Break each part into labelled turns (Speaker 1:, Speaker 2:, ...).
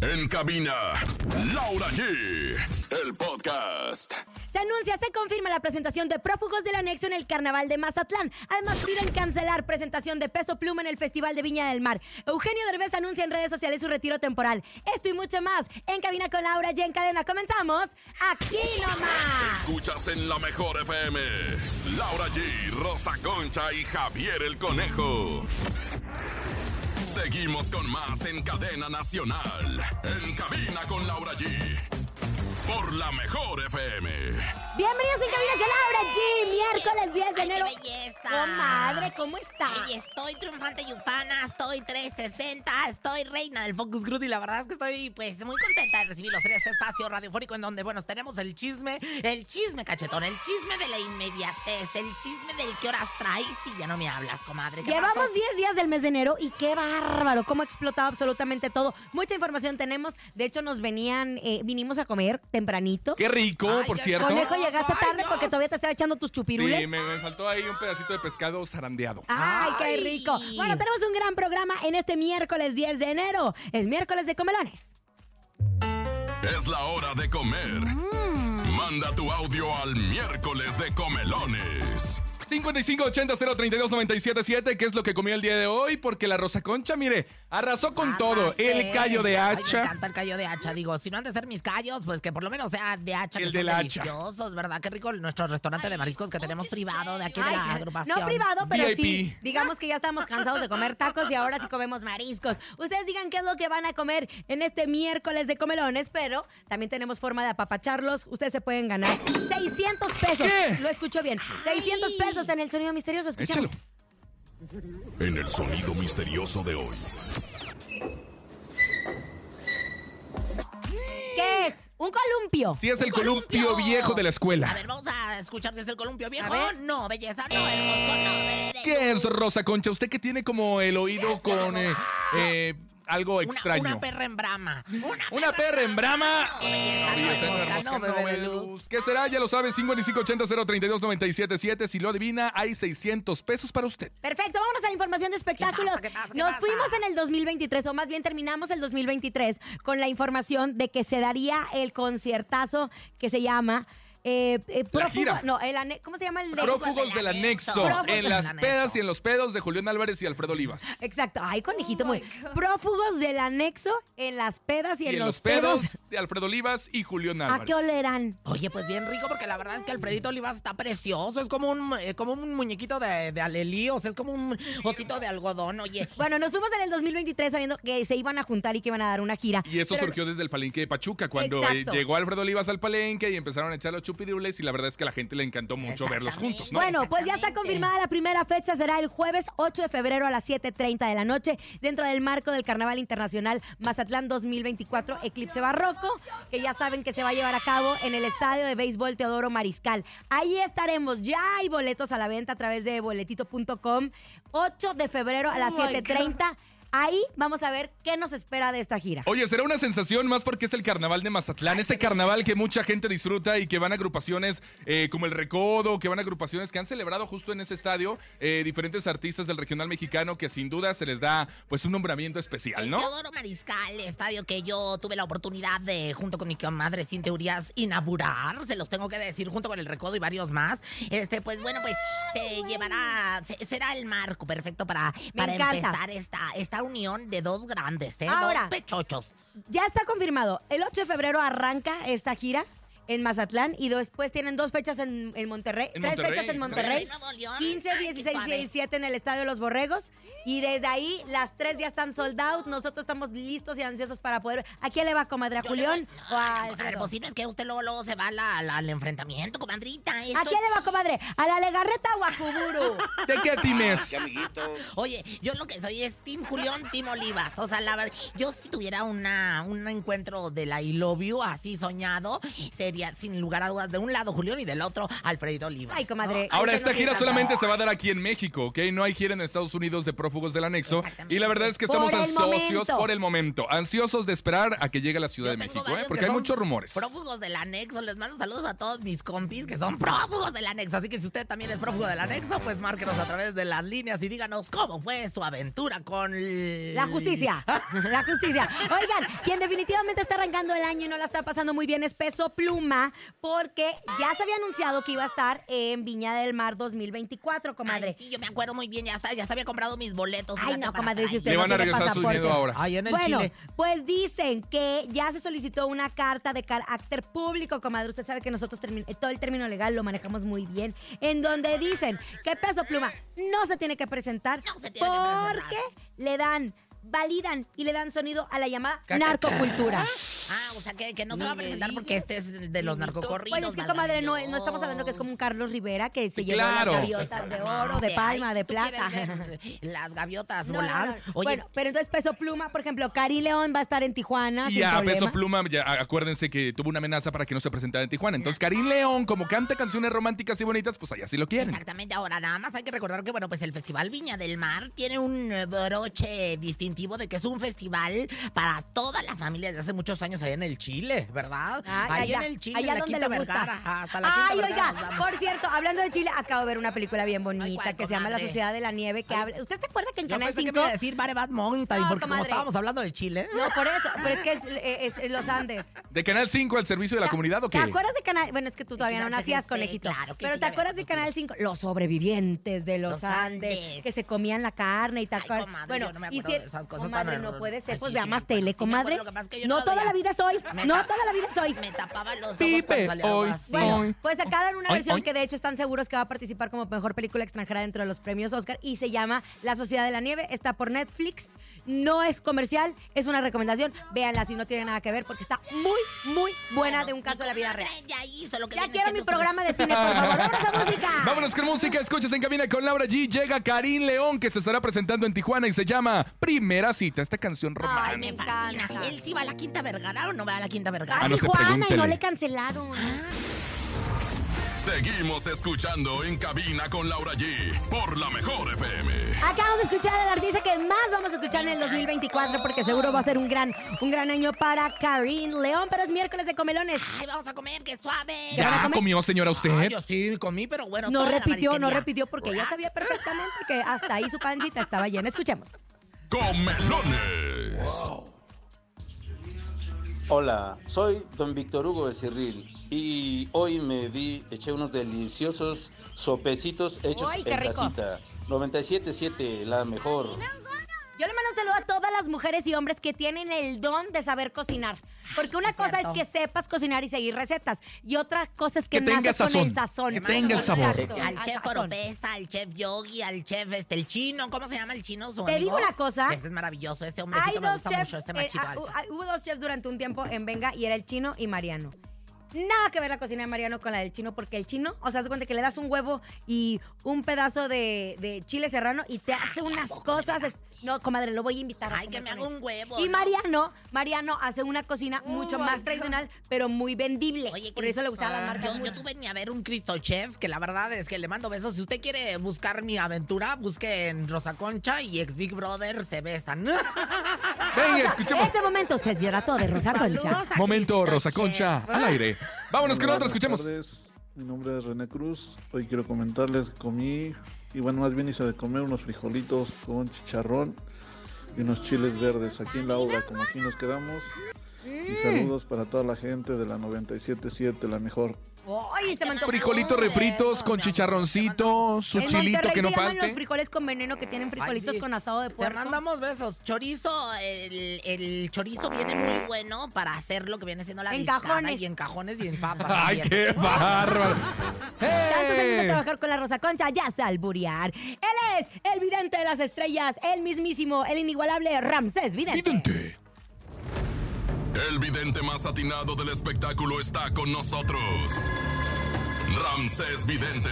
Speaker 1: En cabina, Laura G. El podcast.
Speaker 2: Se anuncia, se confirma la presentación de Prófugos del Anexo en el Carnaval de Mazatlán. Además, piden cancelar presentación de Peso Pluma en el Festival de Viña del Mar. Eugenio Derbez anuncia en redes sociales su retiro temporal. Esto y mucho más. En cabina con Laura G en cadena. Comenzamos aquí nomás.
Speaker 1: Escuchas en la mejor FM. Laura G, Rosa Concha y Javier el Conejo. Seguimos con más en cadena nacional. En cabina con Laura G. Por la mejor FM.
Speaker 2: Bienvenidos en cabina con Laura G. Miércoles 10 de
Speaker 3: ¡Ay, qué
Speaker 2: enero.
Speaker 3: belleza!
Speaker 2: ¡Oh, madre! ¿Cómo está?
Speaker 3: Ey, estoy triunfante yufana, estoy 360, estoy reina del Focus Group y la verdad es que estoy pues muy contenta de recibirlos en este espacio radiofónico en donde, bueno, tenemos el chisme, el chisme cachetón, el chisme de la inmediatez, el chisme del que horas traes y ya no me hablas, comadre. ¿Qué pasó?
Speaker 2: Llevamos 10 días del mes de enero y qué bárbaro, cómo ha explotado absolutamente todo. Mucha información tenemos. De hecho, nos venían, eh, vinimos a comer tempranito.
Speaker 4: Qué rico,
Speaker 3: Ay,
Speaker 4: por
Speaker 3: el
Speaker 4: cierto.
Speaker 2: Conejo,
Speaker 3: Ay,
Speaker 2: llegaste
Speaker 3: Dios.
Speaker 2: tarde porque todavía te estaba echando tus chupirules.
Speaker 4: Sí, me, me faltó ahí un pedacito de pescado zarandeado.
Speaker 2: ¡Ay, qué
Speaker 3: Ay.
Speaker 2: rico! Bueno, tenemos un gran programa en este miércoles 10 de enero. Es miércoles de comelones.
Speaker 1: Es la hora de comer. Manda tu audio al miércoles de comelones.
Speaker 4: 5580032977, ¿qué es lo que comió el día de hoy? Porque la Rosa Concha, mire, arrasó con
Speaker 3: Ah,
Speaker 4: todo.
Speaker 3: sé.
Speaker 4: El callo de
Speaker 3: Ay, me
Speaker 4: hacha.
Speaker 3: encanta el callo de hacha. Digo, si no han de ser mis callos, pues que por lo menos sea de hacha.
Speaker 4: El
Speaker 3: que
Speaker 4: del
Speaker 3: son
Speaker 4: hacha.
Speaker 3: deliciosos, ¿verdad? Qué rico nuestro restaurante de mariscos que tenemos privado de aquí de
Speaker 2: Ay,
Speaker 3: la agrupación.
Speaker 2: no privado, pero
Speaker 4: VIP.
Speaker 2: sí. Digamos que ya estamos cansados de comer tacos y ahora sí comemos mariscos. Ustedes digan qué es lo que van a comer en este miércoles de comelones, pero también tenemos forma de apapacharlos. Ustedes se pueden ganar 600 pesos.
Speaker 4: ¿Qué?
Speaker 2: Lo escucho bien. 600 pesos en el sonido misterioso. Escuchamos.
Speaker 4: Échalo.
Speaker 1: En el sonido misterioso de hoy.
Speaker 2: ¿Qué es? Un columpio.
Speaker 4: Sí, es el columpio viejo de la
Speaker 3: A
Speaker 4: escuela.
Speaker 3: ver, vamos a escuchar desde el columpio viejo.
Speaker 2: ver.
Speaker 3: No, belleza, no, hermoso, no. bebé.
Speaker 4: ¿Qué es Rosa Concha? Usted que tiene como el oído con eh, eh, algo
Speaker 3: Una-
Speaker 4: extraño.
Speaker 3: Una, perra en brama. Una,
Speaker 4: Una perra en brama.
Speaker 3: No, belleza, no,
Speaker 4: Belleza,
Speaker 3: hermosa,
Speaker 4: hermosa,
Speaker 3: no, bebé de
Speaker 4: Nobeluz.
Speaker 3: luz.
Speaker 4: ¿Qué será? Ya lo sabe, 5580032977. Si lo adivina, hay 600 pesos para usted.
Speaker 2: Perfecto, vámonos a la información de espectáculos.
Speaker 3: pasa? ¿Qué pasa? ¿Qué
Speaker 2: Nos
Speaker 3: pasa?
Speaker 2: fuimos en el 2023, o más bien terminamos el 2023 con la información de que se daría el conciertazo que se llama... eh, eh, prófugo-
Speaker 4: gira.
Speaker 2: No, el ane- ¿cómo se llama el de-
Speaker 4: Prófugos del anexo.
Speaker 2: Prófugos del
Speaker 4: En las
Speaker 3: anexo.
Speaker 4: pedas y en los pedos de Julián Álvarez y Alfredo Olivas.
Speaker 2: Exacto, ay,
Speaker 3: Oh
Speaker 2: conejito muy. Prófugos del anexo en las pedas y,
Speaker 4: Y en los pedos de Alfredo Olivas y Julián
Speaker 2: ¿A qué
Speaker 4: Álvarez.
Speaker 2: olerán?
Speaker 3: Oye, pues bien rico, porque la verdad es que Alfredito Olivas está precioso. Es como un, eh, como un muñequito de, de alelí, o sea, es como un osito de algodón, oye.
Speaker 2: Bueno, nos fuimos en el 2023 sabiendo que se iban a juntar y que iban a dar una gira.
Speaker 4: Y eso
Speaker 2: Pero-
Speaker 4: surgió desde el palenque de Pachuca, cuando eh,
Speaker 2: Exacto.
Speaker 4: llegó Alfredo Olivas al palenque y empezaron a echar los chupirules y la verdad es que a la gente le encantó mucho verlos
Speaker 3: Exactamente.
Speaker 4: juntos, ¿no?
Speaker 2: Bueno, pues ya está
Speaker 3: Exactamente.
Speaker 2: confirmada la primera fecha, será el jueves 8 de febrero a las 7.30 de la noche, dentro del marco del Carnaval Internacional Mazatlán 2024 Eclipse Barroco, que ya saben que se va a llevar a cabo en el Estadio de Béisbol Teodoro Mariscal. Ahí estaremos, ya hay boletos a la venta a través de boletito.com, 8 de febrero a las 7.30. Ahí vamos a ver qué nos espera de esta gira.
Speaker 4: Oye, será una sensación más porque es el carnaval de Mazatlán, ese carnaval que mucha gente disfruta y que van agrupaciones eh, como el Recodo, que van agrupaciones que han celebrado justo en ese estadio eh, diferentes artistas del regional mexicano que sin duda se les da pues un nombramiento especial,
Speaker 3: El
Speaker 4: ¿no?
Speaker 3: Teodoro Mariscal, estadio que yo tuve la oportunidad de, junto con mi comadre Cintia Urias, inaugurar, se los tengo que decir, junto con el Recodo y varios más. Este, pues bueno, pues se llevará, se- será el marco perfecto para,
Speaker 2: Me
Speaker 3: para
Speaker 2: encanta.
Speaker 3: empezar esta, esta unión de dos grandes, ¿eh?
Speaker 2: Ahora.
Speaker 3: dos pechochos.
Speaker 2: Ya está confirmado. El 8 de febrero arranca esta gira en Mazatlán y después tienen dos fechas en, en Monterrey,
Speaker 4: En
Speaker 2: tres
Speaker 4: Monterrey,
Speaker 2: fechas en
Speaker 4: en
Speaker 2: Monterrey,
Speaker 3: Monterrey, Nuevo León.
Speaker 2: 15,
Speaker 3: Ay, qué
Speaker 2: 16 y
Speaker 3: suave.
Speaker 2: 17 en el Estadio de los Borregos y desde ahí las tres ya están sold out. Nosotros estamos listos y ansiosos para poder. ¿A quién le va, comadre? ¿A
Speaker 3: Yo le
Speaker 2: Julián
Speaker 3: voy-
Speaker 2: o a
Speaker 3: No, no, comadre,
Speaker 2: Alfredo?
Speaker 3: pues si no es que usted luego, luego se va la- la- al enfrentamiento, comandrita.
Speaker 2: ¿A
Speaker 3: esto-
Speaker 2: quién le va, comadre? ¿A la Legarreta o a Kuburu?
Speaker 4: ¿De qué
Speaker 3: Ah,
Speaker 4: atimes?
Speaker 3: Oye, yo lo que soy es Team Julián, Team Olivas. O sea, la verdad, yo si tuviera una, un encuentro de la I Love You así soñado, se- sería, sin lugar a dudas, de un lado Julián y del otro Alfredo Olivas.
Speaker 2: Ay, comadre.
Speaker 4: Ahora,
Speaker 3: Ay,
Speaker 4: esta
Speaker 3: no,
Speaker 4: gira
Speaker 3: no.
Speaker 4: solamente se va a dar aquí en México, ¿ok? No hay gira en Estados Unidos de prófugos del anexo.
Speaker 3: Exactamente.
Speaker 4: Y la verdad es que
Speaker 2: Por
Speaker 4: estamos
Speaker 2: el
Speaker 4: ansiosos
Speaker 2: momento.
Speaker 4: por el momento. Ansiosos de esperar a que llegue a la Ciudad
Speaker 3: Yo
Speaker 4: de
Speaker 3: tengo
Speaker 4: México, ¿eh?
Speaker 3: varios
Speaker 4: Porque
Speaker 3: que
Speaker 4: hay
Speaker 3: son
Speaker 4: muchos rumores.
Speaker 3: Prófugos del anexo. Les mando saludos a todos mis compis que son prófugos del anexo. Así que si usted también es prófugo del anexo, pues márquenos a través de las líneas y díganos cómo fue su aventura con el-
Speaker 2: La justicia,
Speaker 3: Eh.
Speaker 2: la justicia. Oigan, quien definitivamente está arrancando el año y no la está pasando muy bien es Peso Pluma, porque ya se había anunciado que iba a estar en Viña del Mar 2024, comadre.
Speaker 3: Ay, sí, yo me acuerdo muy bien. Ya, sa- ya se había comprado mis boletos.
Speaker 2: Ay,
Speaker 3: fíjate,
Speaker 2: no,
Speaker 3: para
Speaker 2: comadre,
Speaker 3: estar
Speaker 2: si
Speaker 3: ahí.
Speaker 2: usted
Speaker 4: Le
Speaker 2: no
Speaker 4: van a
Speaker 2: tiene
Speaker 4: regresar su
Speaker 2: pasaporte.
Speaker 4: dinero ahora.
Speaker 3: Ay, en el
Speaker 2: bueno,
Speaker 3: Chile.
Speaker 2: pues dicen que ya se solicitó una carta de carácter público, comadre. Usted sabe que nosotros termi- eh, todo el término legal lo manejamos muy bien. En donde dicen que Peso Pluma no se tiene que presentar
Speaker 3: No se tiene que presentar.
Speaker 2: porque le dan, validan y le dan sonido a la llamada
Speaker 4: Caca.
Speaker 2: narcocultura.
Speaker 3: Ah, o sea, que, que no se
Speaker 5: Ni
Speaker 3: va a
Speaker 5: me
Speaker 3: presentar porque
Speaker 5: digas,
Speaker 3: este es de los
Speaker 5: ni me toques.
Speaker 3: narcocorridos.
Speaker 2: Pues es que, comadre, no,
Speaker 3: válgame
Speaker 2: no estamos hablando que es como un Carlos Rivera que se
Speaker 4: Sí,
Speaker 2: llevó
Speaker 4: claro.
Speaker 2: las
Speaker 3: Dios.
Speaker 2: gaviotas de oro,
Speaker 3: Ay,
Speaker 2: de palma, de
Speaker 3: ¿tú quieres
Speaker 2: plata.
Speaker 3: ver Las gaviotas
Speaker 2: No, no,
Speaker 3: volar.
Speaker 2: no.
Speaker 3: Oye,
Speaker 2: bueno, pero entonces Peso Pluma, por ejemplo, Cari León va a estar en
Speaker 3: ah,
Speaker 2: Tijuana.
Speaker 4: Y
Speaker 2: sin
Speaker 4: a
Speaker 2: problema.
Speaker 4: Peso Pluma, ya, acuérdense que tuvo una amenaza para que no se presentara en Tijuana. Entonces, Karim León, como canta canciones románticas y bonitas, pues allá sí lo quieren.
Speaker 3: Exactamente, ahora nada más hay que recordar que, bueno, pues el Festival Viña del Mar tiene un eh, broche distintivo de que es un festival para toda la familia desde hace muchos años allá en el Chile, ¿verdad?
Speaker 2: Ay,
Speaker 3: ahí
Speaker 2: allá,
Speaker 3: en el Chile,
Speaker 2: Ah, allá
Speaker 3: en la
Speaker 2: donde
Speaker 3: Quinta
Speaker 2: le gusta.
Speaker 3: Vergara, hasta la Quinta
Speaker 2: Ay,
Speaker 3: Vergara nos
Speaker 2: oiga,
Speaker 3: vamos.
Speaker 2: por cierto, hablando de Chile, acabo de ver una película bien bonita
Speaker 3: ¿cuál,
Speaker 2: que se llama La
Speaker 3: comadre?
Speaker 2: Sociedad de la Nieve. que
Speaker 3: Ay.
Speaker 2: habla- ¿Usted se acuerda que en
Speaker 3: Yo
Speaker 2: Canal
Speaker 3: pensé
Speaker 2: 5?
Speaker 3: que me iba a decir Bare Bad Mountain,
Speaker 2: No,
Speaker 3: porque como
Speaker 2: comadre.
Speaker 3: estábamos hablando de Chile...
Speaker 2: No, por eso, pero es que es, eh, es Los Andes.
Speaker 4: ¿De Canal 5 al servicio de la comunidad o qué?
Speaker 2: ¿Te acuerdas de Canal? Bueno, es que tú todavía no
Speaker 3: Sánchez,
Speaker 2: nacías,
Speaker 3: sí,
Speaker 2: conejito.
Speaker 3: claro que
Speaker 2: pero
Speaker 3: sí,
Speaker 2: ¿te
Speaker 3: ya
Speaker 2: acuerdas de
Speaker 3: habíamos
Speaker 2: Canal 5? Los sobrevivientes de los,
Speaker 3: Los
Speaker 2: Andes,
Speaker 3: Andes.
Speaker 2: que se comían la carne y tal.
Speaker 3: Ay,
Speaker 2: cual.
Speaker 3: comadre,
Speaker 2: bueno,
Speaker 3: yo no me
Speaker 2: y
Speaker 3: acuerdo
Speaker 2: si-
Speaker 3: de esas cosas
Speaker 2: Comadre,
Speaker 3: tan
Speaker 2: no puede ser.
Speaker 3: horrorosas.
Speaker 2: Pues
Speaker 3: Sí,
Speaker 2: vea
Speaker 3: sí,
Speaker 2: más
Speaker 3: me
Speaker 2: tele,
Speaker 3: acuerdo, sí me acuerdo,
Speaker 2: comadre.
Speaker 3: lo que pasa es que yo no
Speaker 2: No
Speaker 3: la
Speaker 2: toda
Speaker 3: veía.
Speaker 2: la vida soy.
Speaker 3: Me
Speaker 2: No
Speaker 3: tap-
Speaker 2: toda la vida soy.
Speaker 3: Me tapaba los ojos
Speaker 4: Pipe,
Speaker 3: cuando salía algo
Speaker 4: hoy
Speaker 3: así.
Speaker 2: Bueno,
Speaker 4: Ay.
Speaker 2: pues sacaron una
Speaker 4: Ay,
Speaker 2: versión
Speaker 4: ay.
Speaker 2: que de hecho están seguros que va a participar como mejor película extranjera dentro de los premios Oscar y se llama La Sociedad de la Nieve. Está por Netflix. No es comercial, es una recomendación. Véanla si no tiene nada que ver porque está muy, muy buena
Speaker 3: Bueno,
Speaker 2: de un caso
Speaker 3: mi
Speaker 2: de la vida
Speaker 3: comadre
Speaker 2: real.
Speaker 3: Ya hizo lo que
Speaker 2: Ya
Speaker 3: viene
Speaker 2: quiero mi
Speaker 3: siendo su-
Speaker 2: programa de cine, por favor. ¡Vámonos a música!
Speaker 4: Vámonos con música, escuchas en cabina con Laura G. Llega Karim León, que se estará presentando en Tijuana y se llama Primera Cita, esta canción romántica.
Speaker 2: Ay,
Speaker 3: Me
Speaker 2: Me
Speaker 3: fascina.
Speaker 2: encanta.
Speaker 3: Él sí va a la Quinta Vergara o no va a la Quinta Vergara.
Speaker 4: Ah,
Speaker 2: A
Speaker 4: no sé,
Speaker 2: Tijuana y no Ah.
Speaker 4: pregúntele.
Speaker 2: le cancelaron.
Speaker 1: Seguimos escuchando en cabina con Laura G por la mejor FM.
Speaker 2: Acabamos de escuchar al artista que más vamos a escuchar en el 2024 porque seguro va a ser un gran, un gran año para Karin León, pero es miércoles de comelones.
Speaker 3: Ay, vamos a comer, que suave.
Speaker 2: ¿Ya van a
Speaker 4: ¿Ya
Speaker 2: comer?
Speaker 4: comió, señora, usted?
Speaker 3: Ay, yo sí comí, pero bueno.
Speaker 2: No
Speaker 3: toda la
Speaker 2: repitió, no
Speaker 3: marisquería.
Speaker 2: repitió porque ella sabía perfectamente que hasta ahí su pancita estaba llena. Escuchemos.
Speaker 1: Comelones.
Speaker 6: Hola, soy don Víctor Hugo Becerril y hoy me di, eché unos deliciosos sopecitos hechos
Speaker 2: ¡Ay, qué
Speaker 6: en
Speaker 2: rico!
Speaker 6: casita. 97.7, la mejor.
Speaker 2: Yo le mando un saludo a todas las mujeres y hombres que tienen el don de saber cocinar. Porque una
Speaker 3: es
Speaker 2: cosa es
Speaker 3: cierto.
Speaker 2: que sepas cocinar y seguir recetas. Y otra cosa es que,
Speaker 4: Que tenga
Speaker 2: naces con
Speaker 4: sazón.
Speaker 2: el sazón.
Speaker 4: Que tenga el sabor.
Speaker 2: Exacto,
Speaker 3: Al
Speaker 2: al
Speaker 3: chef
Speaker 2: sazón.
Speaker 3: Oropesa, al chef Yogi, al chef este, el chino. ¿Cómo se llama el chino? su
Speaker 2: Te
Speaker 3: amigo?
Speaker 2: digo una cosa.
Speaker 3: Ese es maravilloso, ese hombre
Speaker 2: Hay
Speaker 3: me
Speaker 2: dos
Speaker 3: gusta
Speaker 2: chefs.
Speaker 3: mucho, ese
Speaker 2: eh,
Speaker 3: machito
Speaker 2: ah, hu-
Speaker 3: alfa.
Speaker 2: ah, hubo dos chefs durante un tiempo en Venga y era el chino y Mariano. Nada que ver la cocina de Mariano con la del chino, porque el chino, o sea, se cuenta que le das un huevo y un pedazo de, de chile serrano y te hace unas cosas. es- No, comadre, lo voy a invitar. a
Speaker 3: Ay, que
Speaker 2: comer con
Speaker 3: me haga
Speaker 2: él.
Speaker 3: un huevo.
Speaker 2: Y
Speaker 3: ¿no?
Speaker 2: Mariano, Mariano hace una cocina mucho más tradicional, pero muy vendible.
Speaker 3: Oye,
Speaker 2: Por
Speaker 3: Cris-
Speaker 2: eso le gustaba la marca.
Speaker 3: Yo, yo tuve ni a ver un Cristo Chef, que la verdad es que le mando besos. Si usted quiere buscar mi aventura, busque en Rosa Concha y ex Big Brother se besan.
Speaker 4: Venga,
Speaker 2: En
Speaker 4: escuchemos.
Speaker 2: este momento se todo de Rosa Concha.
Speaker 3: Saludos a
Speaker 4: Momento,
Speaker 3: Cristo
Speaker 4: Rosa
Speaker 3: Chef.
Speaker 4: Concha, al aire. Vámonos con
Speaker 7: Hola,
Speaker 4: otra,
Speaker 7: buenas
Speaker 4: escuchemos.
Speaker 7: tardes. Mi nombre es René Cruz. Hoy quiero comentarles que comí, y bueno, más bien hice de comer unos frijolitos con chicharrón y unos chiles verdes aquí en la obra, como aquí nos quedamos. Y
Speaker 4: Mm.
Speaker 7: saludos para toda la gente de la 977, la mejor.
Speaker 2: Oye, se me antojó.
Speaker 4: Frijolitos refritos con chicharroncito, su
Speaker 2: En
Speaker 4: chilito
Speaker 2: Monterrey
Speaker 4: que no
Speaker 2: se llaman los
Speaker 4: falte.
Speaker 2: frijoles con veneno que tienen frijolitos
Speaker 3: sí.
Speaker 2: con asado de
Speaker 3: Te
Speaker 2: puerco.
Speaker 3: mandamos besos. Chorizo, el, el chorizo viene muy bueno para hacer lo que viene siendo la
Speaker 2: En
Speaker 3: discada
Speaker 2: cajones.
Speaker 3: y en cajones y en papas.
Speaker 4: Ay,
Speaker 3: también.
Speaker 4: qué bárbaro. Eh,
Speaker 2: Tantos años de
Speaker 4: ¡Hey!
Speaker 2: trabajar con la Rosa Concha, ya salburear. Él es el vidente de las estrellas, el mismísimo, el inigualable Ramsés Vidente.
Speaker 4: Vidente.
Speaker 1: El vidente más atinado del espectáculo está con nosotros. Ramsés Vidente,